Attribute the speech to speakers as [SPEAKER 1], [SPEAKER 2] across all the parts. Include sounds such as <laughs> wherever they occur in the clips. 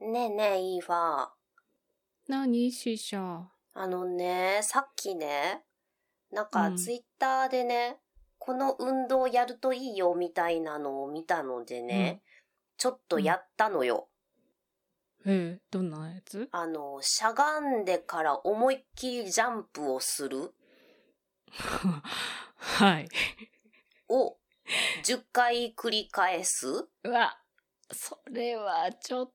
[SPEAKER 1] ねえねえ、イーファー。
[SPEAKER 2] 何師匠
[SPEAKER 1] あのね、さっきね、なんか
[SPEAKER 2] うん
[SPEAKER 1] ツイッターでね、この運動やるといいよみたいなのを見たのでね、ちょっとやったのよ。
[SPEAKER 2] ええ、どんなやつ <laughs>
[SPEAKER 1] あの、しゃがんでから思いっきりジャンプをする
[SPEAKER 2] はい。
[SPEAKER 1] を10回繰り返す
[SPEAKER 2] うわ、それはちょっ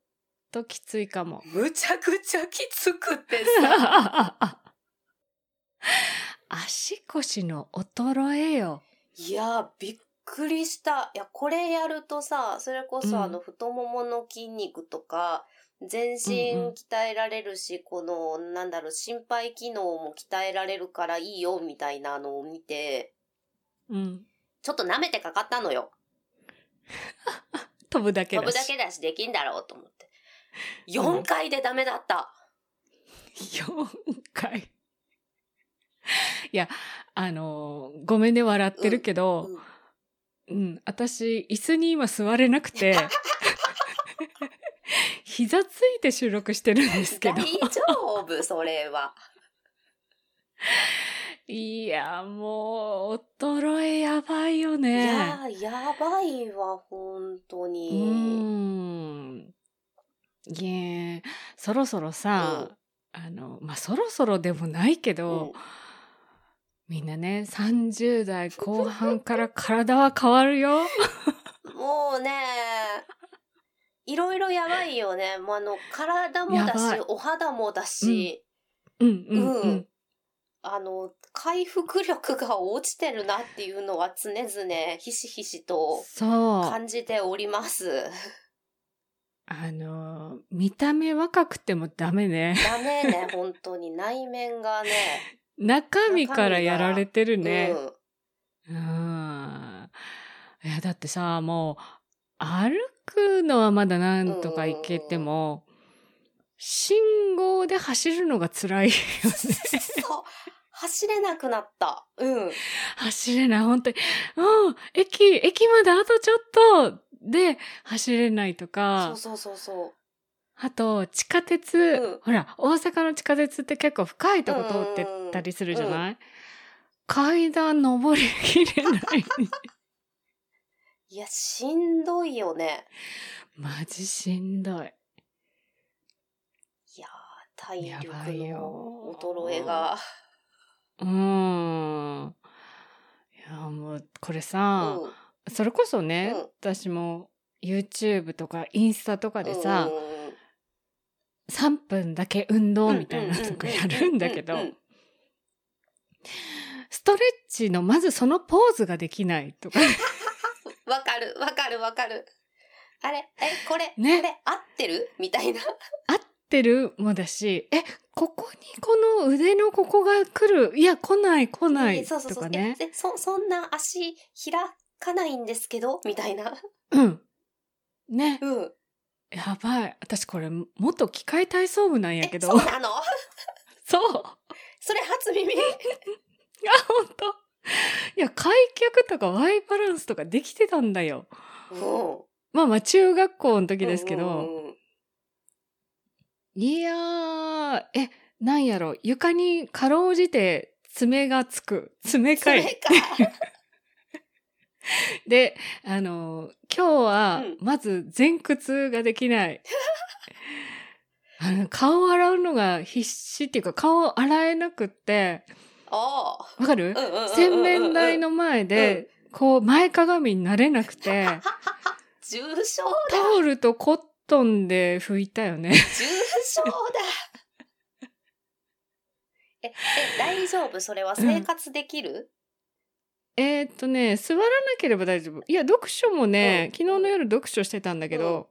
[SPEAKER 2] ときついかも。
[SPEAKER 1] むちゃくちゃきつくて <laughs> さ、
[SPEAKER 2] <laughs> 足腰の衰えよ。
[SPEAKER 1] いやー、びっくりした。いや、これやるとさ、それこそ、
[SPEAKER 2] うん
[SPEAKER 1] あの、太ももの筋肉とか、全身
[SPEAKER 2] うんうん
[SPEAKER 1] 鍛えられるし、この、なんだろう、心肺機能も鍛えられるからいいよ、みたいなのを見て、
[SPEAKER 2] うん。
[SPEAKER 1] ちょっと舐めてかかったのよ。
[SPEAKER 2] 飛ぶだけ
[SPEAKER 1] 飛ぶ
[SPEAKER 2] だし。
[SPEAKER 1] だけだし、できんだろうと思って。4回でダメだった。
[SPEAKER 2] 4回。 <laughs> いや、あのーごめんね、笑ってるけど、
[SPEAKER 1] うん
[SPEAKER 2] うん、私、椅子に今座れなく <laughs> て、膝ついて収録してるんですけ
[SPEAKER 1] 大
[SPEAKER 2] ど。
[SPEAKER 1] 丈夫、それは。
[SPEAKER 2] いや、もう、衰えやばいよ
[SPEAKER 1] い
[SPEAKER 2] ね。
[SPEAKER 1] やー、やばいわ、本当
[SPEAKER 2] う
[SPEAKER 1] に。
[SPEAKER 2] ーん。いえ、そろそろさ、あの、まあ、そろそろでもないけど、みんなね、30代後半から体は変わるよ。
[SPEAKER 1] もうね、いろいろやばいよね。もうあの、体もだ
[SPEAKER 2] やば
[SPEAKER 1] し
[SPEAKER 2] い、
[SPEAKER 1] お肌もだし、
[SPEAKER 2] うんうんう
[SPEAKER 1] うんん。あの、回復力が落ちてるなっていうのは常々ひしひしと
[SPEAKER 2] そう。
[SPEAKER 1] 感じております。
[SPEAKER 2] あの、見た目若くてもダメね。
[SPEAKER 1] ダメ
[SPEAKER 2] <laughs>
[SPEAKER 1] ね、本当に。内面がね。
[SPEAKER 2] 中身からやられてるね。
[SPEAKER 1] うん。
[SPEAKER 2] うん。いや、だってさ、もう、歩くのはまだなんとかいけても、信号で走るのが辛いよ
[SPEAKER 1] <laughs>
[SPEAKER 2] ね。
[SPEAKER 1] そう。走れなくなった。うん。
[SPEAKER 2] 走れない、本当に。うん、駅、駅まであとちょっとで走れないと
[SPEAKER 1] そ
[SPEAKER 2] か
[SPEAKER 1] う、そうそうそう。
[SPEAKER 2] あと、地下鉄、
[SPEAKER 1] うん
[SPEAKER 2] ほら、大阪の地下鉄って結構深いとこ通ってったりするじゃない、階段登りきれない。 <laughs>
[SPEAKER 1] いや、しんどいよね。
[SPEAKER 2] マジしんどい。
[SPEAKER 1] いやー、体
[SPEAKER 2] や
[SPEAKER 1] 力
[SPEAKER 2] ばいよ
[SPEAKER 1] の衰えが。
[SPEAKER 2] うーん。いや、もう、これさ、
[SPEAKER 1] うん
[SPEAKER 2] それこそね、
[SPEAKER 1] うん
[SPEAKER 2] 私も YouTube とかインスタとかでさ、
[SPEAKER 1] うんうんうん
[SPEAKER 2] 3分だけ運動みたいなのとかやるんだけ
[SPEAKER 1] うんう
[SPEAKER 2] ど
[SPEAKER 1] ん、
[SPEAKER 2] ストレッチのまずそのポーズができないとか、
[SPEAKER 1] わかる、わかる、わかる。あれ、え、これ、
[SPEAKER 2] ね
[SPEAKER 1] これ、合ってるみたいな。
[SPEAKER 2] 合ってるもだし、え、ここにこの腕のここが来る、いや、来ない来ない
[SPEAKER 1] そう
[SPEAKER 2] と
[SPEAKER 1] そうそう。
[SPEAKER 2] かね。
[SPEAKER 1] え、えそ、そんな足開かないんですけど、みたいな。
[SPEAKER 2] うん。ね。
[SPEAKER 1] うん。
[SPEAKER 2] やばい。私これ、元機械体操部なんやけ
[SPEAKER 1] え、
[SPEAKER 2] ど。
[SPEAKER 1] そうなの
[SPEAKER 2] そう。
[SPEAKER 1] それ初
[SPEAKER 2] <laughs>
[SPEAKER 1] 耳。
[SPEAKER 2] あ、本当。いや、開脚とかワイバランスとかできてたんだよ。
[SPEAKER 1] うん。
[SPEAKER 2] まあまあ、中学校の時ですけ
[SPEAKER 1] う
[SPEAKER 2] ど。
[SPEAKER 1] んうんうん
[SPEAKER 2] いやー、え、なんやろ、床にかろうじて爪がつく。爪
[SPEAKER 1] そ
[SPEAKER 2] か
[SPEAKER 1] れ
[SPEAKER 2] い。
[SPEAKER 1] か。
[SPEAKER 2] で、あのー今日は
[SPEAKER 1] うん、
[SPEAKER 2] まず前屈ができない。 <laughs> あの、顔を洗うのが必死っていうか、顔を洗えなくって、
[SPEAKER 1] おう
[SPEAKER 2] わかる
[SPEAKER 1] うんうんうんうんうん。
[SPEAKER 2] 洗面台の前で、こう、前かがみになれなくて、
[SPEAKER 1] 重症だ。
[SPEAKER 2] タオルとコットンで拭いた
[SPEAKER 1] <laughs>
[SPEAKER 2] よね。
[SPEAKER 1] 重症だ。え、え、大丈夫それは生活できる、
[SPEAKER 2] えーっとね、座らなければ大丈夫。いや、読書もね、
[SPEAKER 1] うん
[SPEAKER 2] 昨日の夜読書してたんだけど、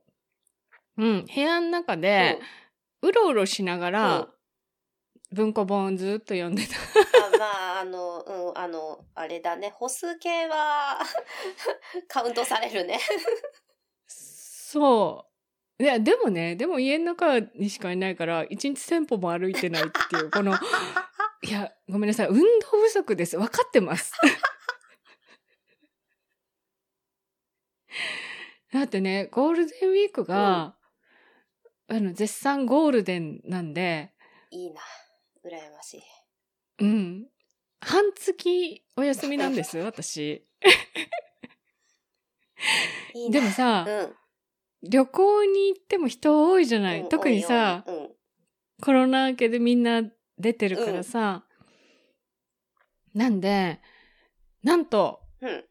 [SPEAKER 2] うん、部屋の中
[SPEAKER 1] うん
[SPEAKER 2] で、うろうろしながら、
[SPEAKER 1] うん
[SPEAKER 2] 文庫本ずっと読んでた。
[SPEAKER 1] あまああのうんあのあれだね歩数計は <laughs> カウントされるね
[SPEAKER 2] そう。いや、でもね、でも家の中にしかいないから、一日千歩も歩いてないってい
[SPEAKER 1] <laughs>
[SPEAKER 2] う、この、いや、ごめんなさい、運動不足です。分かっ
[SPEAKER 1] <laughs>
[SPEAKER 2] てます。だってね、ゴールデンウィークが、あの絶賛ゴールデンなんで、
[SPEAKER 1] いいな。羨ましい。
[SPEAKER 2] うん。半月お休みなんです、私。
[SPEAKER 1] <laughs> いいな。
[SPEAKER 2] でもさ、
[SPEAKER 1] うん、
[SPEAKER 2] 旅行に行っても人多いじゃない、
[SPEAKER 1] うん
[SPEAKER 2] 特にさ、
[SPEAKER 1] 多いよ
[SPEAKER 2] コロナ明けでみんな出てるからさ。なんで、なんと、
[SPEAKER 1] うん、うん。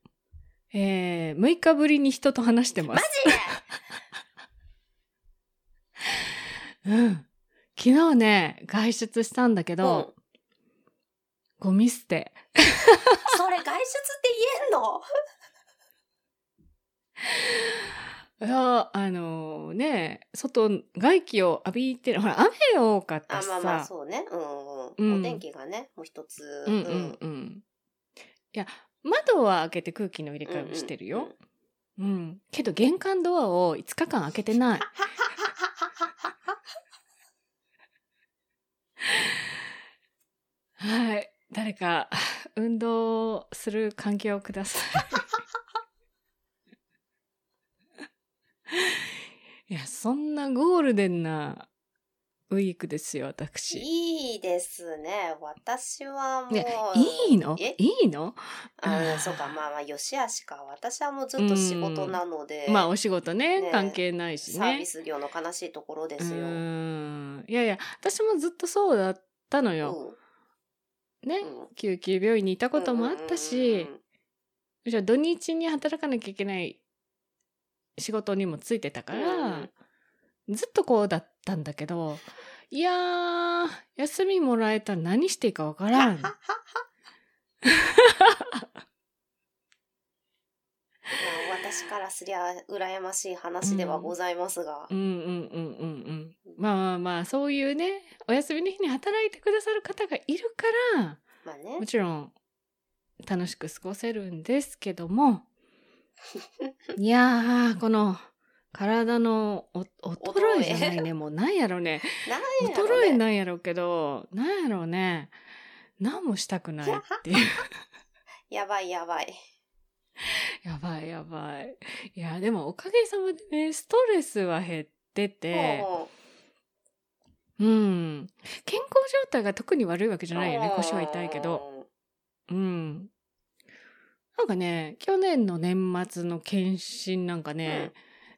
[SPEAKER 2] えー、6日ぶりに人と話してま
[SPEAKER 1] マ
[SPEAKER 2] す。
[SPEAKER 1] ジで
[SPEAKER 2] うん。昨日ね、外出したんだけ
[SPEAKER 1] う
[SPEAKER 2] ど、
[SPEAKER 1] ん
[SPEAKER 2] ゴミ捨て。
[SPEAKER 1] それ外出って言えんの
[SPEAKER 2] いやーあのーね外外気を浴びてるほら雨が多かった
[SPEAKER 1] あ
[SPEAKER 2] しさ
[SPEAKER 1] まあまあそうね、うんうん
[SPEAKER 2] うん
[SPEAKER 1] お天気がねもう一つ、
[SPEAKER 2] うんうんうんいや窓は開けて空気の入れ替えをしてるよ、うんけど玄関ドアを5日間開けてないはい誰か運動する環境をくださ <laughs> いいやそんなゴールデンなウィークですよ私
[SPEAKER 1] いいですね私はもう、
[SPEAKER 2] ねいいの
[SPEAKER 1] え
[SPEAKER 2] いいの
[SPEAKER 1] あのそうかまあまあよしあしか私はもうずっと仕事なので、
[SPEAKER 2] まあお仕事ね
[SPEAKER 1] ね
[SPEAKER 2] 関係ないしね
[SPEAKER 1] サービス業の悲しいところですよ、
[SPEAKER 2] うーんいやいや私もずっとそうだったのよ、ね
[SPEAKER 1] うん
[SPEAKER 2] 救急病院にいたこともあったし、じゃあ土日に働かなきゃいけない仕事にもついてたから、
[SPEAKER 1] うん
[SPEAKER 2] ずっとこうだったんだけどいやー休みもらえたら何していいかわから
[SPEAKER 1] <laughs>
[SPEAKER 2] ん
[SPEAKER 1] まあ私からすりゃ羨ましい話ではございますが、
[SPEAKER 2] うんうんうんうんうんまあまあまあそういうねお休みの日に働いてくださる方がいるから
[SPEAKER 1] まあね
[SPEAKER 2] もちろん楽しく過ごせるんですけど
[SPEAKER 1] <laughs>
[SPEAKER 2] もいやーこの体のお衰えじゃないねもうなんやろ
[SPEAKER 1] <laughs>
[SPEAKER 2] ね
[SPEAKER 1] なんやろ
[SPEAKER 2] 衰え
[SPEAKER 1] ね
[SPEAKER 2] なんやろうけどなんやろうね何もしたくないっていう
[SPEAKER 1] やばいやばい
[SPEAKER 2] <laughs> やばいやばいいやでもおかげさまでねストレスは減ってて
[SPEAKER 1] ほうほう
[SPEAKER 2] うん健康状態が特に悪いわけじゃないよね腰は痛いけどうん。なんかね、去年の年末の検診なんかね、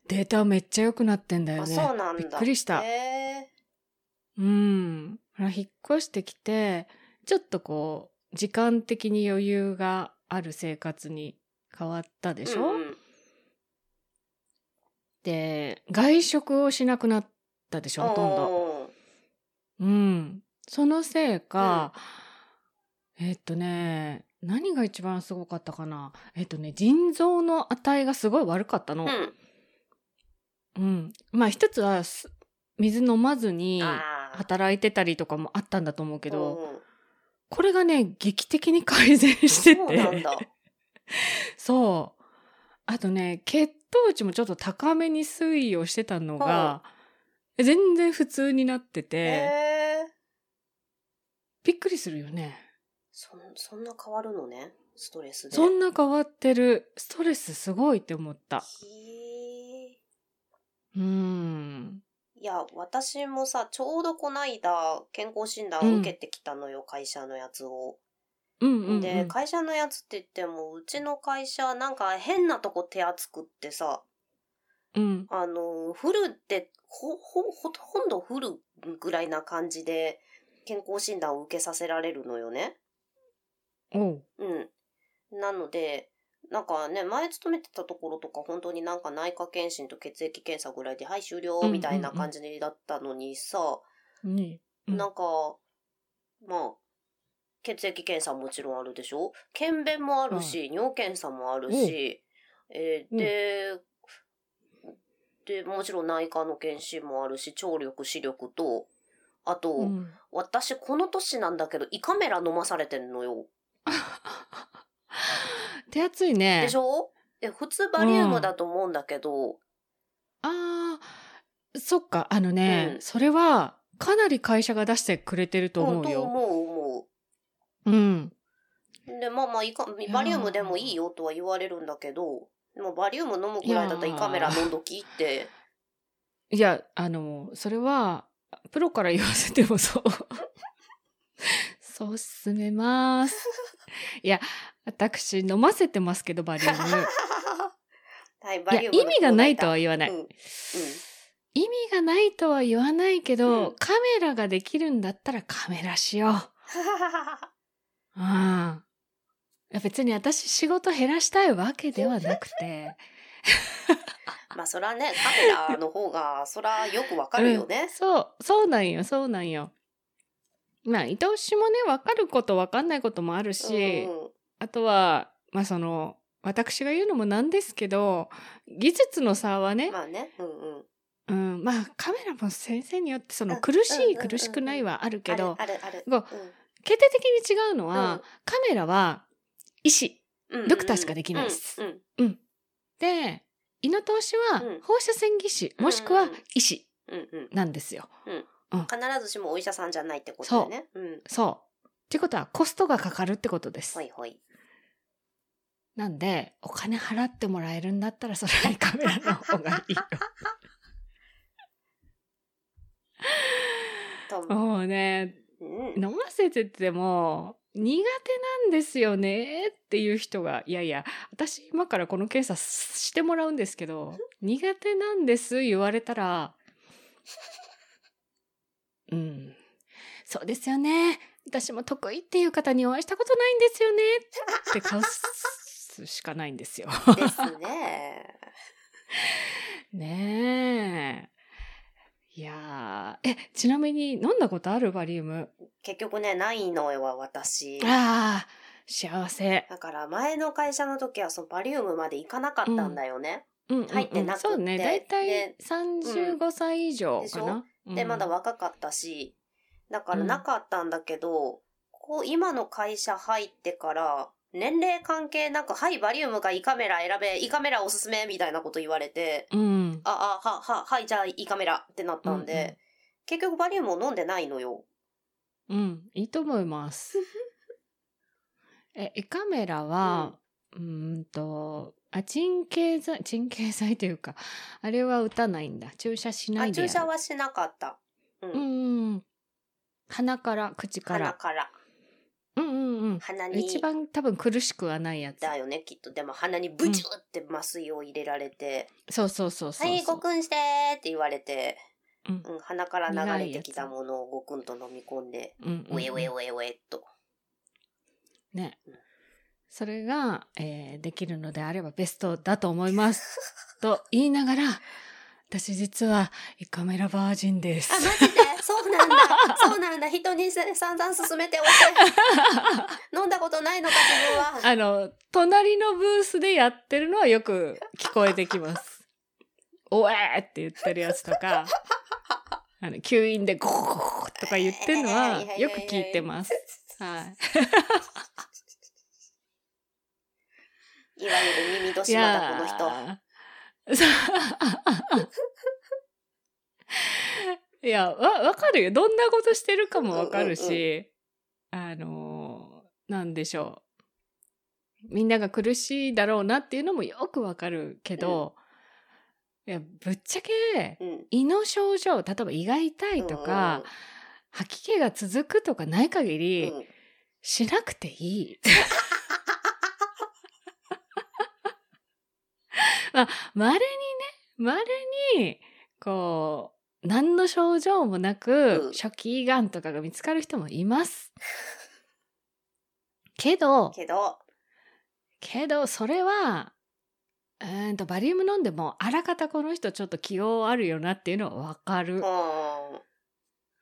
[SPEAKER 2] データめっちゃ良くなってんだ
[SPEAKER 1] うん。
[SPEAKER 2] よ
[SPEAKER 1] あ、
[SPEAKER 2] ね。
[SPEAKER 1] そうなんだ。
[SPEAKER 2] びっくりした。
[SPEAKER 1] へ
[SPEAKER 2] うん。ほら引っ越してきて、ちょっとこう、時間的に余裕がある生活に変わった
[SPEAKER 1] ー
[SPEAKER 2] でしょ、
[SPEAKER 1] うんうん
[SPEAKER 2] で、外食をしなくなったでしょほとんど。
[SPEAKER 1] おー
[SPEAKER 2] うん。そのせいか、えっとね、何が一番すごかったかなえっとね、腎臓の値がすごい悪かったの。うん、まあ一つはす水飲まず
[SPEAKER 1] う
[SPEAKER 2] に
[SPEAKER 1] ん。あー
[SPEAKER 2] 働いてたりとかもあったんだと思うけど、
[SPEAKER 1] うん
[SPEAKER 2] これがね劇的に改善して
[SPEAKER 1] そ
[SPEAKER 2] て
[SPEAKER 1] うなん
[SPEAKER 2] <laughs>
[SPEAKER 1] だ。
[SPEAKER 2] そうあとね血糖値もちょっと高めに推移をしてたのが、全然普通になってて、
[SPEAKER 1] へえ。
[SPEAKER 2] びっくりするよね
[SPEAKER 1] そんそんな変わるのね。ストレスで。
[SPEAKER 2] そんな変わってるストレスすごいって思った
[SPEAKER 1] へー
[SPEAKER 2] うん
[SPEAKER 1] いや、私もさ、ちょうどこないだ健康診断受けてきたのよ、会社のやつを。
[SPEAKER 2] うんうん、うん、
[SPEAKER 1] で、会社のやつって言っても、うちの会社なんか変なとこ手厚くってさ、
[SPEAKER 2] うん
[SPEAKER 1] あの、フルって、ほ、ほ、ほとんどフルぐらいな感じで、健康診断を受けさせられるのよね。
[SPEAKER 2] おう
[SPEAKER 1] うん。なので、なんかね、前勤めてたところとか、本当になんか内科検診と血液検査ぐらいで、はい、終了
[SPEAKER 2] うんうんうん
[SPEAKER 1] みたいな感じだったのにさ、
[SPEAKER 2] にうん
[SPEAKER 1] なんか、まあ、血液検査もちろんあるでしょ検便もあるし、尿検査もあるし、えーで、で、もちろん内科の検診もあるし、聴力、視力と、あと、
[SPEAKER 2] うん
[SPEAKER 1] 私この年なんだけど、胃カメラ飲まされてんのよ。
[SPEAKER 2] 手厚いね
[SPEAKER 1] でしょえ、普通バリウムだと思うんだけど、
[SPEAKER 2] ああ、そっか、あのね、
[SPEAKER 1] うん
[SPEAKER 2] それはかなり会社が出してくれてると思う
[SPEAKER 1] と
[SPEAKER 2] よ。
[SPEAKER 1] 思う思
[SPEAKER 2] うん。
[SPEAKER 1] う。で、まあまあ、胃カ
[SPEAKER 2] やー
[SPEAKER 1] バリウムでもいいよとは言われるんだけど、でもバリウム飲むくらいだったら胃カメラ飲んどきって。
[SPEAKER 2] いや、あの、それは、プロから言わせてもそう。そう進めます。
[SPEAKER 1] <laughs>
[SPEAKER 2] いや、私、飲ませてますけど、バ
[SPEAKER 1] <laughs>
[SPEAKER 2] リウム。 <laughs>
[SPEAKER 1] はい、
[SPEAKER 2] いや、意味がないとは
[SPEAKER 1] 言
[SPEAKER 2] 言わない。 <laughs>
[SPEAKER 1] うんうん
[SPEAKER 2] 意味がないとは言わないけ
[SPEAKER 1] う
[SPEAKER 2] ど、
[SPEAKER 1] ん
[SPEAKER 2] カメラができるんだったらカメラしよう。うん。いや別に私仕事減らしたいわけではなくて。
[SPEAKER 1] まあ、そらね、カメラの方が、そらよくわかるよね。
[SPEAKER 2] そう、そうなんよ、そうなんよ。まあ、愛おしもね、わかることわかんないこともあるし、
[SPEAKER 1] うん
[SPEAKER 2] あとは、まあその、私が言うのもなんですけど、技術の差はね、
[SPEAKER 1] まあね、うんうん。
[SPEAKER 2] うん、まあカメラも先生によってその
[SPEAKER 1] うん
[SPEAKER 2] 苦しい苦しくないはあるけど、
[SPEAKER 1] あるある
[SPEAKER 2] こ
[SPEAKER 1] あ
[SPEAKER 2] う
[SPEAKER 1] る。
[SPEAKER 2] 決定的に違うの
[SPEAKER 1] う
[SPEAKER 2] は、
[SPEAKER 1] ん
[SPEAKER 2] カメラは医師
[SPEAKER 1] うん
[SPEAKER 2] ドクターしかできないです
[SPEAKER 1] うんうん
[SPEAKER 2] で、胃の通しは
[SPEAKER 1] うん
[SPEAKER 2] 放射線技師、もしくは医師
[SPEAKER 1] うんうん。
[SPEAKER 2] なんですよ。
[SPEAKER 1] 必ずしもお医者さんじゃないってことだよね。うん。
[SPEAKER 2] そう。ってことはコストがかかるってことです。
[SPEAKER 1] ほいほい。
[SPEAKER 2] なんで、お金払ってもらえるんだったら、それはカメラの方がいいよ。
[SPEAKER 1] とも
[SPEAKER 2] もうね、 <laughs>
[SPEAKER 1] うん。
[SPEAKER 2] 飲ませてても、苦手なんですよねっていう人が、いやいや、私今からこの検査してもらうんですけ <laughs> ど、苦手なんです言われたら、うん。そうですよね。私も得意っていう方にお会いしたことないんですよねって顔すしかないん <laughs> ですよ。
[SPEAKER 1] ですね。
[SPEAKER 2] ねえ。いやーえ、ちなみに飲んだことあるバリウム。
[SPEAKER 1] 結局ね、ないのよ、私。
[SPEAKER 2] ああ、幸せ。
[SPEAKER 1] だから前の会社の時はそのバリウムまで行かなかったんだよね。
[SPEAKER 2] うんうんうん
[SPEAKER 1] 入ってなくって
[SPEAKER 2] そうね、だいたい
[SPEAKER 1] で
[SPEAKER 2] 35歳以上かな。
[SPEAKER 1] で、
[SPEAKER 2] うん
[SPEAKER 1] まだ若かったし、だから
[SPEAKER 2] うん
[SPEAKER 1] なかったんだけど、こう今の会社入ってから、年齢関係なく、はい、バリウムか胃カメラ選べ、胃カメラおすすめみたいなこと言われて、
[SPEAKER 2] うん。
[SPEAKER 1] あ、あ、は、は、はい、じゃあ胃カメラってなったんで、結局バリウムを飲んでないのよ。
[SPEAKER 2] うん、うん、うんいいと思います。え、胃カメラは、うーん、と、あ、鎮経剤、鎮経剤というか、あれは打たないんだ。注射しな
[SPEAKER 1] あ、
[SPEAKER 2] いでや
[SPEAKER 1] 注
[SPEAKER 2] る。
[SPEAKER 1] 射はしなかった。うん。
[SPEAKER 2] うんうん。鼻から、口か
[SPEAKER 1] 鼻
[SPEAKER 2] ら。
[SPEAKER 1] から。
[SPEAKER 2] うんうんうん。
[SPEAKER 1] 鼻に。
[SPEAKER 2] 一番多分苦しくはないやつ。
[SPEAKER 1] だよね、きっと。でも鼻にブチューって麻酔を入れられて、
[SPEAKER 2] そうそうそうそうそう。
[SPEAKER 1] はい、ごくんしてーって言われて、
[SPEAKER 2] うん
[SPEAKER 1] うん、鼻から流れてきたものをごくんと飲み込んで、
[SPEAKER 2] うんうん
[SPEAKER 1] ウェウェウェウェっと。
[SPEAKER 2] ね
[SPEAKER 1] うん。
[SPEAKER 2] それが、えーできるのであればベストだと思います。と言いながら、私実は胃カメラバージンです
[SPEAKER 1] あ、。マジでそう
[SPEAKER 2] <laughs>
[SPEAKER 1] なんだ。そうなんだ。人にせ散々勧めておいて、飲んだことないのか、自分は。
[SPEAKER 2] あの、隣のブースでやってるのはよく聞こえてきます。おえーって言ってるやつとか、あの、吸引でゴーゴーゴーとか言ってるのはよく聞いてます。はい。
[SPEAKER 1] いわゆる耳年のだ、この人。
[SPEAKER 2] <laughs> の人。 <laughs> いや、わ、わかるよ。どんなことしてるかもわかるし、あのー、なんでしょう。みんなが苦しいだろうなっていうのもよくわかるけど、いや、ぶっちゃけ、
[SPEAKER 1] うん。
[SPEAKER 2] 胃の症状、例えば胃が痛いとか、吐き気が続くとかない限
[SPEAKER 1] うん、
[SPEAKER 2] り、
[SPEAKER 1] うん、
[SPEAKER 2] しなくて
[SPEAKER 1] <laughs>
[SPEAKER 2] いい。まあ、稀にね、稀に、こう、何の症状もなく、
[SPEAKER 1] うん
[SPEAKER 2] 初期胃がんとかが見つかる人も
[SPEAKER 1] <laughs>
[SPEAKER 2] います。けど、
[SPEAKER 1] けど、
[SPEAKER 2] けど、それは、うーんと、バリウム飲んでも、あらかたこの人ちょっと気負あるよなっていうのはわかる
[SPEAKER 1] う。ん。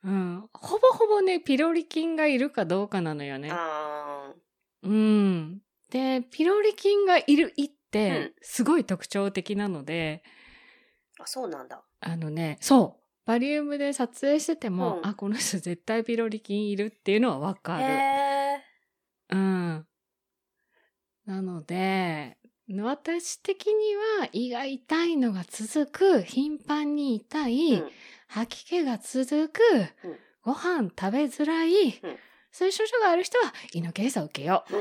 [SPEAKER 2] うん。ほぼほぼね、ピロリ菌がいるかどうかなのよね。
[SPEAKER 1] あ
[SPEAKER 2] うん。で、ピロリ菌がいる胃っ
[SPEAKER 1] う
[SPEAKER 2] て
[SPEAKER 1] ん、
[SPEAKER 2] すごい特徴的なので、
[SPEAKER 1] ーあ、そうなんだ。
[SPEAKER 2] あのね、そう。バリウムで撮影してても、
[SPEAKER 1] うん
[SPEAKER 2] あ、この人絶対ピロリ菌いるっていうのはわかる。
[SPEAKER 1] へー
[SPEAKER 2] うん。なので、私的には胃が痛いのが続く、頻繁に痛い、
[SPEAKER 1] うん
[SPEAKER 2] 吐き気が続く、
[SPEAKER 1] うん
[SPEAKER 2] ご飯食べづらい、そういう症状がある人は胃の検査を受けよう。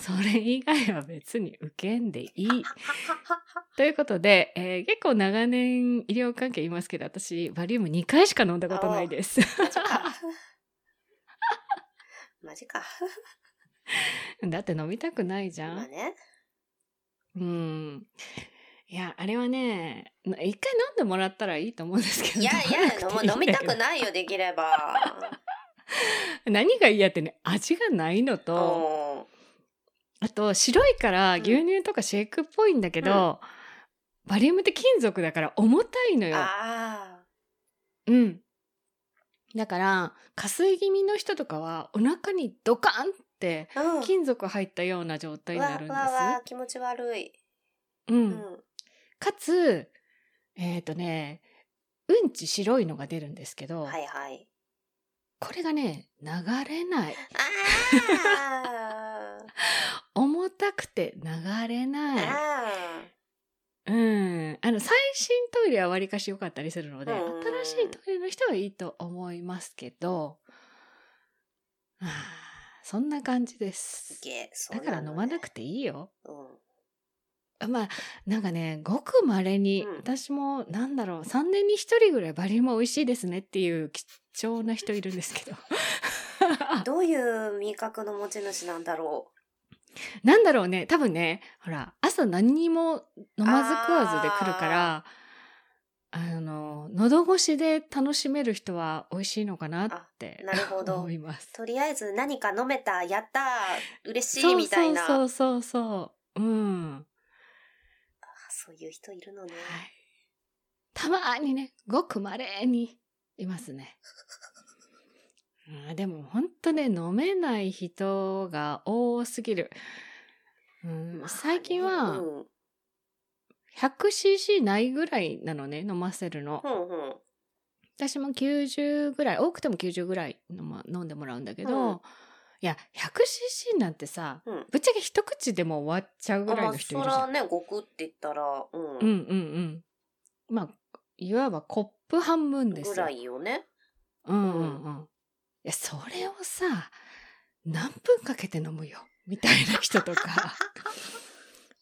[SPEAKER 2] それ以外は別に受けんでい
[SPEAKER 1] <laughs>
[SPEAKER 2] い。ということで、えー結構長年医療関係いますけど、私、バリウム2回しか飲んだことないです。
[SPEAKER 1] マ
[SPEAKER 2] <laughs>
[SPEAKER 1] ジか。マジか。
[SPEAKER 2] <laughs> だって飲みたくないじゃ
[SPEAKER 1] まあ
[SPEAKER 2] ん。
[SPEAKER 1] ね。
[SPEAKER 2] うん。いや、あれはね、一回飲んでもらったらいいと思うんですけど。
[SPEAKER 1] いやい
[SPEAKER 2] 飲まな
[SPEAKER 1] や、
[SPEAKER 2] く
[SPEAKER 1] 飲
[SPEAKER 2] ていいんだ
[SPEAKER 1] む
[SPEAKER 2] よ
[SPEAKER 1] 飲みたくないよ、できれば。
[SPEAKER 2] 何が嫌ってね、味がないの
[SPEAKER 1] う
[SPEAKER 2] と、
[SPEAKER 1] ん。
[SPEAKER 2] あと白いから牛乳とかシェイクっぽいんだけど、バリウムって金属だから重たいのよ。
[SPEAKER 1] あ
[SPEAKER 2] うん。だから、加水気味の人とかはお腹にドカンって
[SPEAKER 1] あ。うん。
[SPEAKER 2] 金属入ったような状態になるんで
[SPEAKER 1] わわわ気持ち悪い。
[SPEAKER 2] す。
[SPEAKER 1] う
[SPEAKER 2] う。
[SPEAKER 1] んん。
[SPEAKER 2] かつ、えっ、とね、うんち白いのが出るんですけど、
[SPEAKER 1] はいはい。
[SPEAKER 2] これがね、流れない。
[SPEAKER 1] あー
[SPEAKER 2] 重たくて流れない。
[SPEAKER 1] あ
[SPEAKER 2] うん、あの最新トイレはわりかし良かったりするので、
[SPEAKER 1] うん
[SPEAKER 2] 新しいトイレの人はいいと思いますけど、あーそんな感じで
[SPEAKER 1] ー。
[SPEAKER 2] す
[SPEAKER 1] す。げえ。そ
[SPEAKER 2] だ
[SPEAKER 1] う
[SPEAKER 2] から飲まなく
[SPEAKER 1] て。
[SPEAKER 2] ていいよ。
[SPEAKER 1] うん。
[SPEAKER 2] まあなんかねごくまれに、
[SPEAKER 1] うん
[SPEAKER 2] 私もなんだろう3年に1人ぐらいバリウムは美味しいですねっていう貴重な人いるんですけど
[SPEAKER 1] どういう味覚の持ち主なんだろ
[SPEAKER 2] なんだろうね多分ねほら朝何にも飲まず食わずで来るからあの喉越しで楽しめる人は美味しいのかなって
[SPEAKER 1] う。なるほど
[SPEAKER 2] 思。います。
[SPEAKER 1] とりあえず何か飲めた、やったー、嬉し
[SPEAKER 2] そ
[SPEAKER 1] いうみたいな。
[SPEAKER 2] そうそうそうそううん、はい、
[SPEAKER 1] あそういう人いるのね。
[SPEAKER 2] たまーにねごくまれにいますね。うんでも本当ね飲めない人が多すぎる。うん
[SPEAKER 1] まあ
[SPEAKER 2] 最近は、
[SPEAKER 1] うん
[SPEAKER 2] 100cc ないぐらいなのね飲ませるの
[SPEAKER 1] ほんほん。
[SPEAKER 2] 私も90ぐらい多くても90ぐらい飲,、ま、飲んでもらうんだけど、
[SPEAKER 1] うん
[SPEAKER 2] いや 100cc なんてさ
[SPEAKER 1] うん。
[SPEAKER 2] ぶっちゃけ一口でも終わっちゃうぐらい
[SPEAKER 1] ま
[SPEAKER 2] の
[SPEAKER 1] あ、
[SPEAKER 2] 人
[SPEAKER 1] そ
[SPEAKER 2] いるじゃ
[SPEAKER 1] ら
[SPEAKER 2] ん、
[SPEAKER 1] ね、ごくって言ったら、うん。
[SPEAKER 2] うんうんうんまあいわばコップ半分ですよ
[SPEAKER 1] ぐらいよね。
[SPEAKER 2] うんうんうんいやそれをさ何分かけて飲むよみたいな人と <laughs> か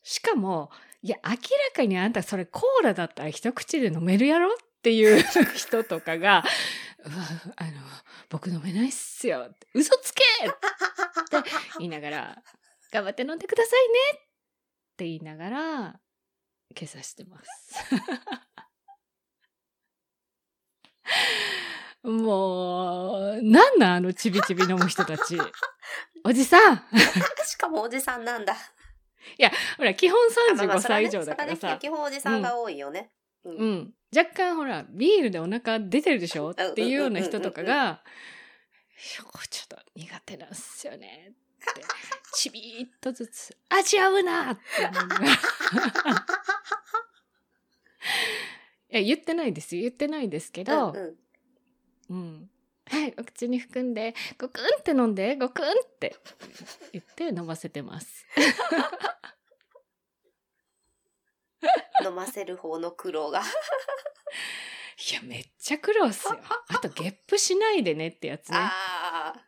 [SPEAKER 2] しかもいや明らかにあんたそれコーラだったら一口で飲めるやろっていう人とかが「うわあの僕飲めないっすよ」って「嘘つけ!」って言いながら「頑張って飲んでくださいね」って言いながら今朝してます。もう、なんなんあのちびちび飲む人
[SPEAKER 1] <laughs>
[SPEAKER 2] たち。おじさん <laughs>
[SPEAKER 1] しかもおじさんなんだ。
[SPEAKER 2] ほら、基本
[SPEAKER 1] まあまあ
[SPEAKER 2] 35
[SPEAKER 1] そら
[SPEAKER 2] 歳
[SPEAKER 1] ね
[SPEAKER 2] 以上だから
[SPEAKER 1] そらね
[SPEAKER 2] さ。
[SPEAKER 1] 基本おじさんが多いよね。う。
[SPEAKER 2] うんん。若干ほら、ビールでお腹出てるでしょっていうような人とか
[SPEAKER 1] うんう
[SPEAKER 2] が、いやこれちょっと苦手なんすよねって、ちびーっとずつ、味合うなって思いな
[SPEAKER 1] <laughs>
[SPEAKER 2] がらいや、言ってないですよ。言ってないですけど、
[SPEAKER 1] うんうん
[SPEAKER 2] うん。はい、お口に含んで、ごくんって飲んで、ごくんって言って飲ませてます。
[SPEAKER 1] 飲ませる方の苦労が。
[SPEAKER 2] いや、めっちゃ苦労っすよ。 <laughs> あと、ゲップしないでねってやつね。
[SPEAKER 1] ああ。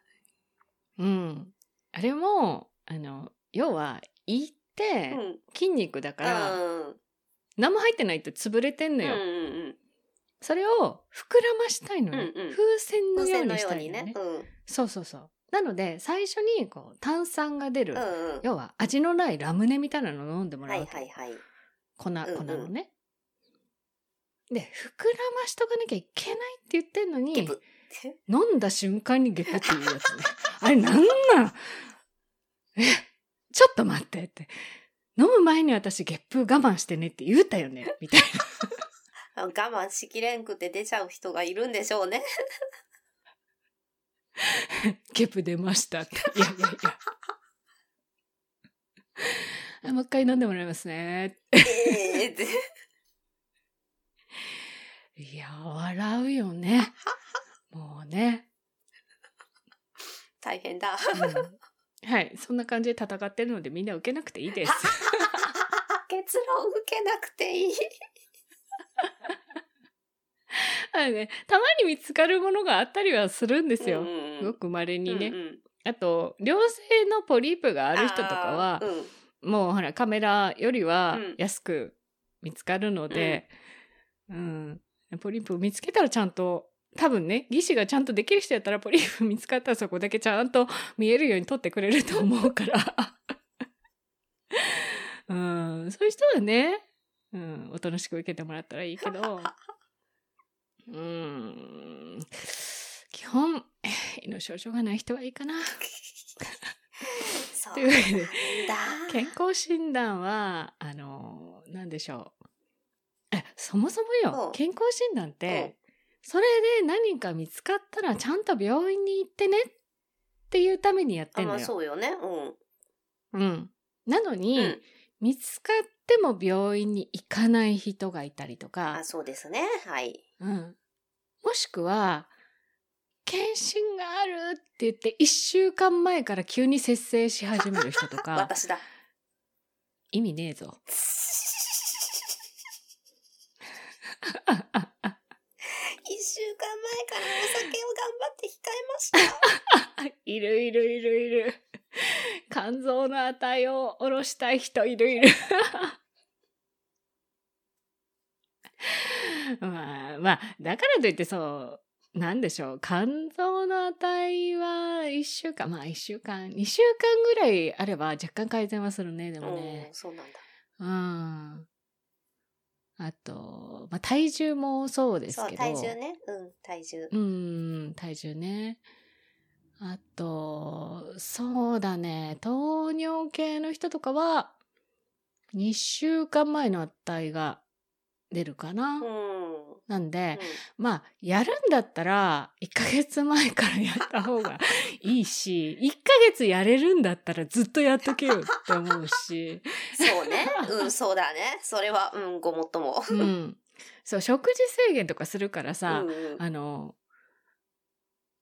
[SPEAKER 2] うん。あれも、あの、要は、胃っ
[SPEAKER 1] う
[SPEAKER 2] て
[SPEAKER 1] ん。うん。
[SPEAKER 2] 筋肉だから、
[SPEAKER 1] うん
[SPEAKER 2] 何も入ってないと潰れてん
[SPEAKER 1] う
[SPEAKER 2] の
[SPEAKER 1] ん
[SPEAKER 2] よ。
[SPEAKER 1] うん。
[SPEAKER 2] それを膨らましたいのね。
[SPEAKER 1] うんうん
[SPEAKER 2] 風船の
[SPEAKER 1] 風
[SPEAKER 2] よ
[SPEAKER 1] 船
[SPEAKER 2] うに
[SPEAKER 1] の
[SPEAKER 2] し
[SPEAKER 1] よう
[SPEAKER 2] たい
[SPEAKER 1] に
[SPEAKER 2] のね。
[SPEAKER 1] ね。うん。
[SPEAKER 2] そうそうそう。なので、最初に、こう、炭酸が出る。
[SPEAKER 1] うんうん。
[SPEAKER 2] 要は、味のないラムネみたいなのを飲んでも
[SPEAKER 1] は
[SPEAKER 2] らう
[SPEAKER 1] い
[SPEAKER 2] わけ
[SPEAKER 1] はいはい。
[SPEAKER 2] 粉、
[SPEAKER 1] ん
[SPEAKER 2] 粉のね。で、膨らましとかなきゃいけないって言ってんのに、
[SPEAKER 1] ゲブ。
[SPEAKER 2] 飲んだ瞬間にゲクっていうやつね。 <laughs> あれなんなんえ、ちょっと待ってって。飲む前に私ゲップ我慢してねって言うたよねみたいな。
[SPEAKER 1] 我慢しきれんくて出ちゃう人がいるんでしょう
[SPEAKER 2] <laughs>
[SPEAKER 1] ね。
[SPEAKER 2] ゲップ出ましたって。いやいやいや。あもう一回飲んでもらいますね。
[SPEAKER 1] ええって。
[SPEAKER 2] いや、笑うよね。もうね。
[SPEAKER 1] 大変だ。
[SPEAKER 2] うんはい、そんな感じで戦ってるのでみんな受けなくていいです。
[SPEAKER 1] 結論受けなくていい。
[SPEAKER 2] あのね、たまに見つかるものがあったりはするんですよ。
[SPEAKER 1] うんうん
[SPEAKER 2] ごく稀にね。
[SPEAKER 1] うんうん
[SPEAKER 2] あと良性のポリープがある人とかは
[SPEAKER 1] あー
[SPEAKER 2] <laughs>
[SPEAKER 1] うん
[SPEAKER 2] もうほらカメラよりは
[SPEAKER 1] うん
[SPEAKER 2] 安く見つかるので、うんポリープ見つけたらちゃんと多分ね技師がちゃんとできる人やったらポリープ見つかったらそこだけちゃんと見えるように撮ってくれると思うから、 <laughs> うん、そういう人はね、うん、おとなしく受けてもらったらいいけどうん基本 <sighs> 胃の症状がない人はいいかな。
[SPEAKER 1] そう
[SPEAKER 2] というわけで <laughs>
[SPEAKER 1] なんだ。
[SPEAKER 2] 健康診断はあの何でしょうえそもそも
[SPEAKER 1] う
[SPEAKER 2] よ
[SPEAKER 1] ん
[SPEAKER 2] 健康診断ってそれで何か見つかったらちゃんと病院に行ってねっていうためにやっ
[SPEAKER 1] あ
[SPEAKER 2] てん
[SPEAKER 1] ま
[SPEAKER 2] の
[SPEAKER 1] あ
[SPEAKER 2] よ。
[SPEAKER 1] そうよね。うん。
[SPEAKER 2] うん、なのに、
[SPEAKER 1] うん
[SPEAKER 2] 見つかっても病院に行かない人がいたりとか
[SPEAKER 1] あ、そうですね。はい。
[SPEAKER 2] うん、もしくは検診があるって言って1週間前から急に節制し始める人と <laughs> か
[SPEAKER 1] 私だ。 <laughs>
[SPEAKER 2] 意味ねえ <laughs> ぞ。
[SPEAKER 1] 一週間前からお酒を頑張って控えました。
[SPEAKER 2] <laughs> いるいるいるいる。肝臓の値を下ろしたい人いるいる。 <laughs> まあまあ、だからといってそう、なんでしょう。肝臓の値は1週間、まあ1週間、2週間ぐらいあれば若干改善はするね、でも
[SPEAKER 1] うん
[SPEAKER 2] ね、。
[SPEAKER 1] そうなんだ。
[SPEAKER 2] うん。あと、まあ体重もそうです
[SPEAKER 1] そう
[SPEAKER 2] けど。
[SPEAKER 1] 体重ね。うん体重。
[SPEAKER 2] うーん、体重ね。あと、そうだね、糖尿系の人とかは、2週間前の値が出るかな。
[SPEAKER 1] うん。うん
[SPEAKER 2] なんで、まあ、やるんだったら、1ヶ月前からやった方がいいし、1ヶ月やれるんだったらずっとやっとけよって思うし。
[SPEAKER 1] そう
[SPEAKER 2] <laughs>
[SPEAKER 1] ね。うんそうだね。それはうんごもっとも。
[SPEAKER 2] うん。そう、食事制限とかするから
[SPEAKER 1] う
[SPEAKER 2] さ、
[SPEAKER 1] んうん
[SPEAKER 2] あの、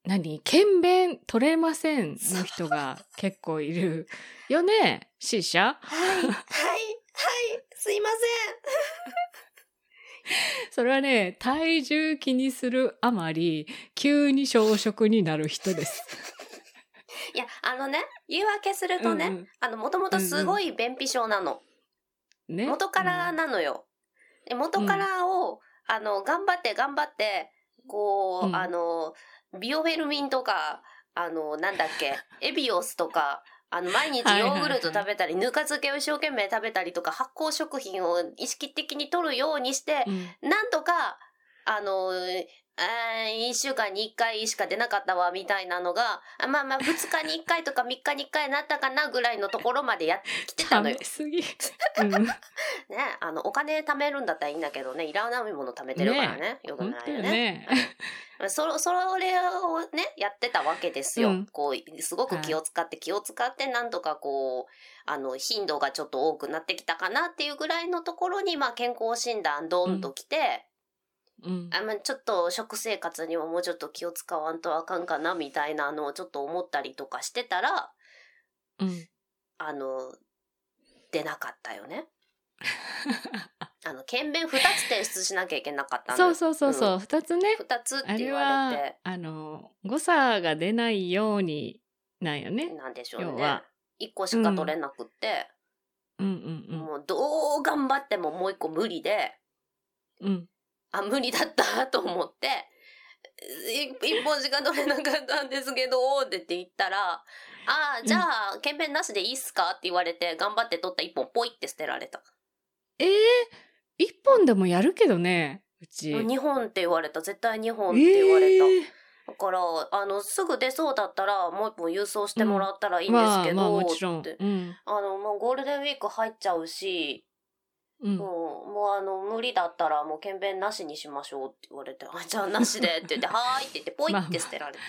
[SPEAKER 2] 何検便取れませんの人が結構いるよね <laughs> C 社
[SPEAKER 1] はいはいはいすいま
[SPEAKER 2] それはね、体重気にするあまり、急に小食になる人です。
[SPEAKER 1] せん。いやあのね言い訳するとね、
[SPEAKER 2] うんうん
[SPEAKER 1] あのもともとすごい便秘症なの。
[SPEAKER 2] ね
[SPEAKER 1] 元からなのよ。で元からを、あの頑張って頑張ってこう、
[SPEAKER 2] うん
[SPEAKER 1] あのビオフェルミンとかあのなんだっ
[SPEAKER 2] <laughs>
[SPEAKER 1] けエビオスとか。あの毎日ヨーグルト食べたり、ぬか漬けを一生懸命食べたりとか発酵食品を意識的に取るようにして
[SPEAKER 2] う、ん
[SPEAKER 1] なんとかあの1週間に1回しか出なかったわみたいなのがあまあまあ2日に1回とか3日に1回になったかなぐらいのところまでやってきてた
[SPEAKER 2] 食
[SPEAKER 1] のよ
[SPEAKER 2] <laughs> べ。すぎ。
[SPEAKER 1] <laughs>
[SPEAKER 2] うん
[SPEAKER 1] ね、あのお金貯めるんだったらいいんだけどねいらないもの貯めてるからねよく
[SPEAKER 2] 本
[SPEAKER 1] な
[SPEAKER 2] 当
[SPEAKER 1] いよ
[SPEAKER 2] よ
[SPEAKER 1] ね。 <laughs>
[SPEAKER 2] ね。
[SPEAKER 1] それそれをねやってたわけですよ、
[SPEAKER 2] うん
[SPEAKER 1] こうすごく気を使って気を使ってなんとかこうあの頻度がちょっと多くなってきたかなっていうぐらいのところに、まあ、健康診断ドーンときて、
[SPEAKER 2] うん
[SPEAKER 1] あまあ、ちょっと食生活にももうちょっと気を使わんとあかんかなみたいなのをちょっと思ったりとかしてたら
[SPEAKER 2] うん
[SPEAKER 1] あの出なかったよね。 <laughs> あの検便2つ提出しなきゃいけなかったの
[SPEAKER 2] そ
[SPEAKER 1] よ
[SPEAKER 2] うそうそうそう、二つね。
[SPEAKER 1] 2つっ
[SPEAKER 2] あ
[SPEAKER 1] て
[SPEAKER 2] れ
[SPEAKER 1] 言わ
[SPEAKER 2] は
[SPEAKER 1] れて、
[SPEAKER 2] あの、誤差が出ないようになんよね。
[SPEAKER 1] なんでしょう
[SPEAKER 2] 要
[SPEAKER 1] ね
[SPEAKER 2] は
[SPEAKER 1] 1個しか取れなくって、
[SPEAKER 2] うんうん
[SPEAKER 1] もうどう頑張ってももう1個無理で
[SPEAKER 2] うん。うん。
[SPEAKER 1] あ無理だったと思ってい一本しか取れなかったんですけどって言って言ったら「ああじゃあ検便なしでいいっすか?」って言われて頑張って取った1本ポイって捨てられた
[SPEAKER 2] ええ一本でもやるけどね、うち。
[SPEAKER 1] 2本って言われた絶対2本って言われた、
[SPEAKER 2] ええ
[SPEAKER 1] だからあのすぐ出そうだったらもう1本郵送してもらったらいいんですけど、
[SPEAKER 2] まあ、まあもちろん。
[SPEAKER 1] って
[SPEAKER 2] うん。
[SPEAKER 1] あの、もうゴールデンウィーク入っちゃうし、
[SPEAKER 2] うん
[SPEAKER 1] もう、もうあの、無理だったらもう検便なしにしましょうって言われて、あ、じゃあなしでって
[SPEAKER 2] <laughs>
[SPEAKER 1] 言って、はーいって言って、ポイって捨てられた。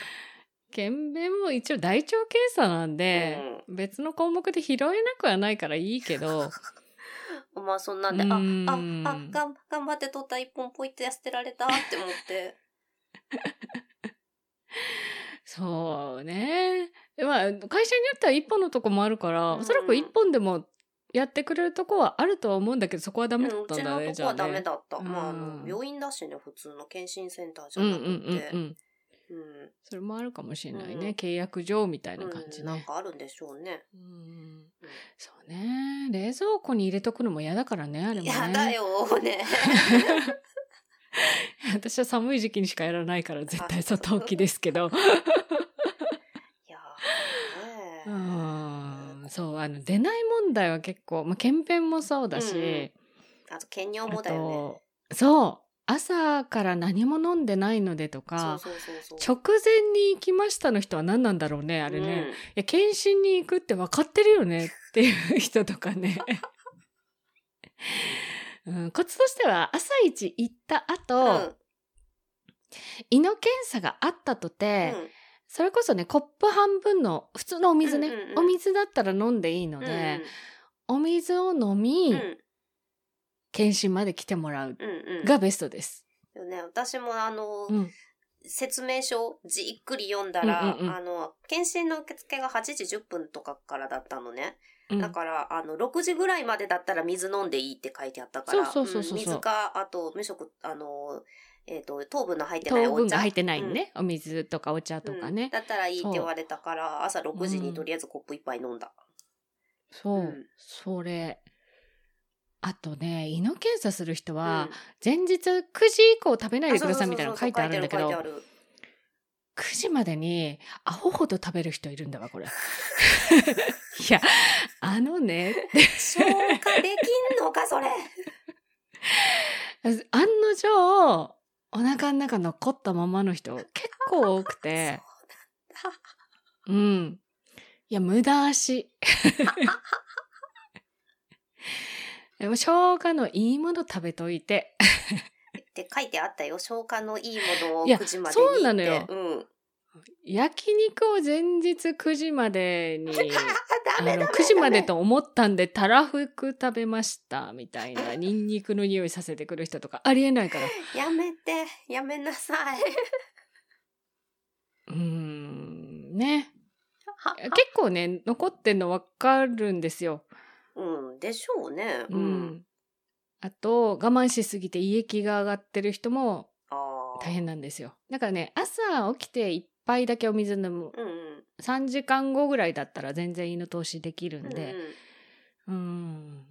[SPEAKER 2] 検便も一応大腸検査なんで、別の項目で拾えなくはないからいいけど、
[SPEAKER 1] <laughs> うん、まあそんなんで、あ、あ、あ、
[SPEAKER 2] う
[SPEAKER 1] あ
[SPEAKER 2] ん
[SPEAKER 1] がん、頑張って取った一本ポイって捨てられたって思って。
[SPEAKER 2] そうね。でまあ、会社によっては一本のとこもあるから、
[SPEAKER 1] うん
[SPEAKER 2] おそらく一本でもやってくれるとこはあるとは思うんだけど、そこはダ
[SPEAKER 1] うん
[SPEAKER 2] メだっ
[SPEAKER 1] う
[SPEAKER 2] た
[SPEAKER 1] ち
[SPEAKER 2] んだ
[SPEAKER 1] の
[SPEAKER 2] ね、
[SPEAKER 1] と
[SPEAKER 2] じ
[SPEAKER 1] こ
[SPEAKER 2] ゃあ
[SPEAKER 1] はダメ
[SPEAKER 2] ね。
[SPEAKER 1] だった。まああ
[SPEAKER 2] う
[SPEAKER 1] の、
[SPEAKER 2] ん
[SPEAKER 1] 病院だしね、普通の検診センターじ
[SPEAKER 2] う
[SPEAKER 1] ゃ
[SPEAKER 2] んう
[SPEAKER 1] なんくて。
[SPEAKER 2] うんうん。
[SPEAKER 1] うん
[SPEAKER 2] それもあるかもしれないね、
[SPEAKER 1] うん
[SPEAKER 2] 契約上みたいな感
[SPEAKER 1] う
[SPEAKER 2] じ
[SPEAKER 1] んなん
[SPEAKER 2] ね、
[SPEAKER 1] かあるんでしょうね。
[SPEAKER 2] うんそうね冷蔵庫に入れとくのも嫌だからねあれもね
[SPEAKER 1] やだよね。
[SPEAKER 2] <laughs> 私は寒い時期にしかやらないから絶対外置きですけど
[SPEAKER 1] いや
[SPEAKER 2] う
[SPEAKER 1] ーね
[SPEAKER 2] んそうあの出ない問題は結構、まあ、検便もそうだし、
[SPEAKER 1] うんうんあと兼用もだよ
[SPEAKER 2] あとそう朝から何も飲んでないのでと
[SPEAKER 1] ね。そ
[SPEAKER 2] か
[SPEAKER 1] うそうそうそう。
[SPEAKER 2] 直前に行きましたの人は何なんだろうねあれね、いや検診に行くって分かってるよねっていう人と
[SPEAKER 1] <laughs>
[SPEAKER 2] かね、うん、コツとしては朝一行った
[SPEAKER 1] うん。
[SPEAKER 2] 後、胃の検査があったと
[SPEAKER 1] うん
[SPEAKER 2] て、それこそねコップ半分の普通のお水ね、
[SPEAKER 1] うんうんうん
[SPEAKER 2] お水だったら飲んでいいの
[SPEAKER 1] うん
[SPEAKER 2] で、お水を飲み、
[SPEAKER 1] うんうん
[SPEAKER 2] 検診まで来てもらう
[SPEAKER 1] うんうん
[SPEAKER 2] がベストです。
[SPEAKER 1] よね、私もあの、
[SPEAKER 2] うん
[SPEAKER 1] 説明書をじっくり読んだら、
[SPEAKER 2] うんうんうん
[SPEAKER 1] あの、検診の受付が8時10分とかからだったのね。
[SPEAKER 2] うん
[SPEAKER 1] だから、あの、6時ぐらいまでだったら水飲んでいいって書いてあったから、
[SPEAKER 2] そうそうそうそうそうん
[SPEAKER 1] 水か、あと、無色、あの、えっ、と、糖分の入ってない
[SPEAKER 2] 糖
[SPEAKER 1] お
[SPEAKER 2] 分が
[SPEAKER 1] 茶。
[SPEAKER 2] 入ってないね、お水とかお茶とか
[SPEAKER 1] うん
[SPEAKER 2] ね、
[SPEAKER 1] だったらいいって
[SPEAKER 2] そう
[SPEAKER 1] 言われたから、朝6時
[SPEAKER 2] う
[SPEAKER 1] に
[SPEAKER 2] ん
[SPEAKER 1] とりあえずコップ一杯飲んだ。
[SPEAKER 2] そう、
[SPEAKER 1] うん
[SPEAKER 2] それあとね胃の検査する人
[SPEAKER 1] うん
[SPEAKER 2] は、前日9時以降食べないでくださいみたいなの書いてあるんだけど
[SPEAKER 1] そうそうそうそう書いてある書いてある
[SPEAKER 2] 9時までにアホほど食べる人いるんだわ
[SPEAKER 1] <laughs>
[SPEAKER 2] これ <laughs> いやあのね
[SPEAKER 1] 消化できんのか、それ。
[SPEAKER 2] 案の定お腹の中残ったままの人結構多くて
[SPEAKER 1] そうなんだ
[SPEAKER 2] うんいや無駄足
[SPEAKER 1] <laughs>
[SPEAKER 2] でも消化のいいもの食べといて
[SPEAKER 1] って書いてあったよ。 <laughs> 消化のいいものを
[SPEAKER 2] いや
[SPEAKER 1] 9時までにって。
[SPEAKER 2] そうなのよ
[SPEAKER 1] うん。
[SPEAKER 2] 焼肉を前日9時までに
[SPEAKER 1] あ <laughs>
[SPEAKER 2] あ
[SPEAKER 1] ー、ダメ
[SPEAKER 2] の
[SPEAKER 1] だ。
[SPEAKER 2] 9時までと思ったんでたらふく食べましたみたいなニンニクの匂いさせてくる人とかありえないから
[SPEAKER 1] やめて、やめなさい。
[SPEAKER 2] うーんね結構ね残ってんの分かるんですよ。
[SPEAKER 1] うん、でしょうね。
[SPEAKER 2] うん。あと我慢しすぎて胃液が上がってる人も
[SPEAKER 1] ああ。
[SPEAKER 2] 大。変なんですよ。だからね朝起きて一杯だけお水飲む
[SPEAKER 1] うんうん。
[SPEAKER 2] 3時間後ぐらいだったら全然胃の通しできるん
[SPEAKER 1] う
[SPEAKER 2] で
[SPEAKER 1] んうん
[SPEAKER 2] うん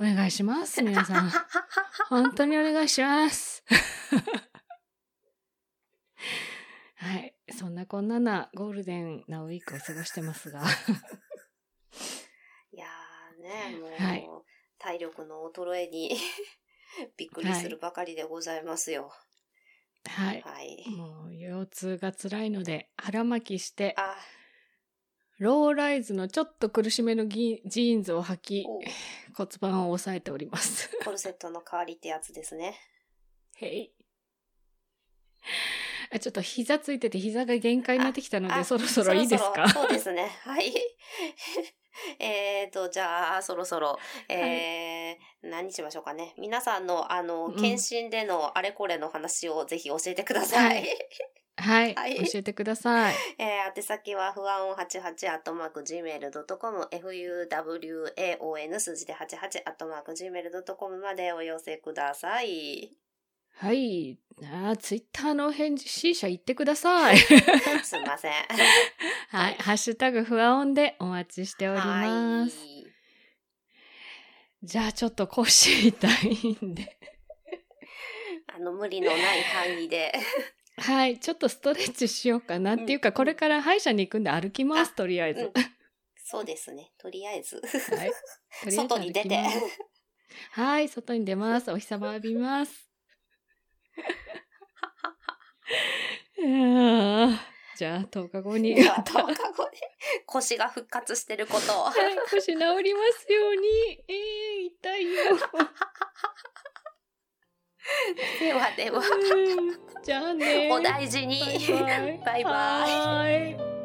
[SPEAKER 2] お願いします皆さ <laughs> ん本当にお願いします <laughs> はいそんなこんななゴールデンなウィークを過ごしてますが
[SPEAKER 1] <laughs> いやーね、もう、
[SPEAKER 2] はい
[SPEAKER 1] 体力の衰えに <laughs> びっくりするばかりでございますよ。
[SPEAKER 2] はい
[SPEAKER 1] はい。
[SPEAKER 2] もう腰痛が辛いので腹巻きして
[SPEAKER 1] あ、
[SPEAKER 2] ローライズのちょっと苦しめのギジーンズを履き
[SPEAKER 1] おう
[SPEAKER 2] 骨盤を押さえております
[SPEAKER 1] <laughs> コルセットの代わりってやつですね。
[SPEAKER 2] へい <laughs> あちょっと膝ついてて膝が限界になってきたの
[SPEAKER 1] あ
[SPEAKER 2] で
[SPEAKER 1] あ
[SPEAKER 2] そろそろいいですか
[SPEAKER 1] そろそろそうですね。 <laughs> はい。えっと、じゃあ、そろそろ、えー何にしましょうかね。皆さんの、あの
[SPEAKER 2] うん、
[SPEAKER 1] 検診でのあれこれの話をぜひ教えてください。
[SPEAKER 2] はい <laughs> は
[SPEAKER 1] は
[SPEAKER 2] い、
[SPEAKER 1] い
[SPEAKER 2] 教えてください
[SPEAKER 1] <laughs> えー宛先は、不安を88、アットマーク、gmail.com、fuwaon 数字で88、アットマーク、gmail.com までお寄せください。
[SPEAKER 2] <laughs> はいあツイッターのお返事 C 社言ってください
[SPEAKER 1] すいません。
[SPEAKER 2] <laughs> はい「ハッシュタグ不安音」でお待ちしており
[SPEAKER 1] は
[SPEAKER 2] ま
[SPEAKER 1] い
[SPEAKER 2] す。じゃあちょっと腰痛いんで
[SPEAKER 1] あの、無理のない範囲で。 <laughs>
[SPEAKER 2] はい、ちょっとストレッチしようかな、
[SPEAKER 1] うん
[SPEAKER 2] っていうか、これから歯医者に行くんで歩きます、とりあえず。
[SPEAKER 1] うんそうですね。とりあえず。
[SPEAKER 2] はい。とりあえず歩きま
[SPEAKER 1] <laughs>
[SPEAKER 2] す
[SPEAKER 1] 外に出て。
[SPEAKER 2] はい、外に出ます。お日様浴びます。 <laughs> いやーじゃあ、10日後に。
[SPEAKER 1] いや
[SPEAKER 2] また
[SPEAKER 1] 頭
[SPEAKER 2] はい、 <laughs>
[SPEAKER 1] かごで腰が復活してることを。
[SPEAKER 2] 腰治りますように。えー、痛いよ。
[SPEAKER 1] <laughs> ではでは、
[SPEAKER 2] うんじゃあね。
[SPEAKER 1] お大事に。
[SPEAKER 2] バ
[SPEAKER 1] バイバイ
[SPEAKER 2] イバイ。はーい